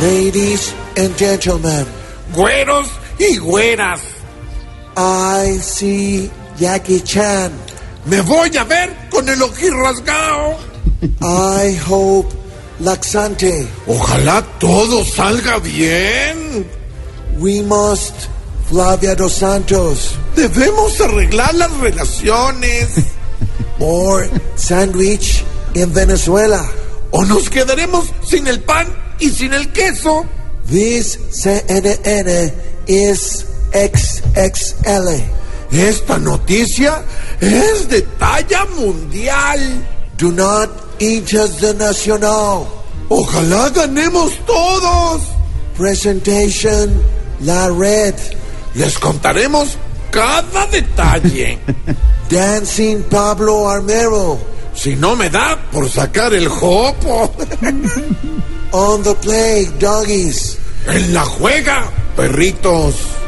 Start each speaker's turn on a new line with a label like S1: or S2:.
S1: Ladies and gentlemen,
S2: Güeros y güeras.
S1: I see Jackie Chan.
S2: Me voy a ver con el ojirrasgao. rasgado.
S1: I hope Laxante.
S2: Ojalá todo salga bien.
S1: We must Flavia dos Santos.
S2: Debemos arreglar las relaciones.
S1: Or sandwich in Venezuela.
S2: O nos quedaremos sin el pan y sin el queso.
S1: This CNN is XXL.
S2: Esta noticia es de talla mundial.
S1: Do not international.
S2: Ojalá ganemos todos.
S1: Presentation La Red.
S2: Les contaremos cada detalle.
S1: Dancing Pablo Armero.
S2: si no me da por sacar el jopo.
S1: On the play, doggies.
S2: en la juega, perritos.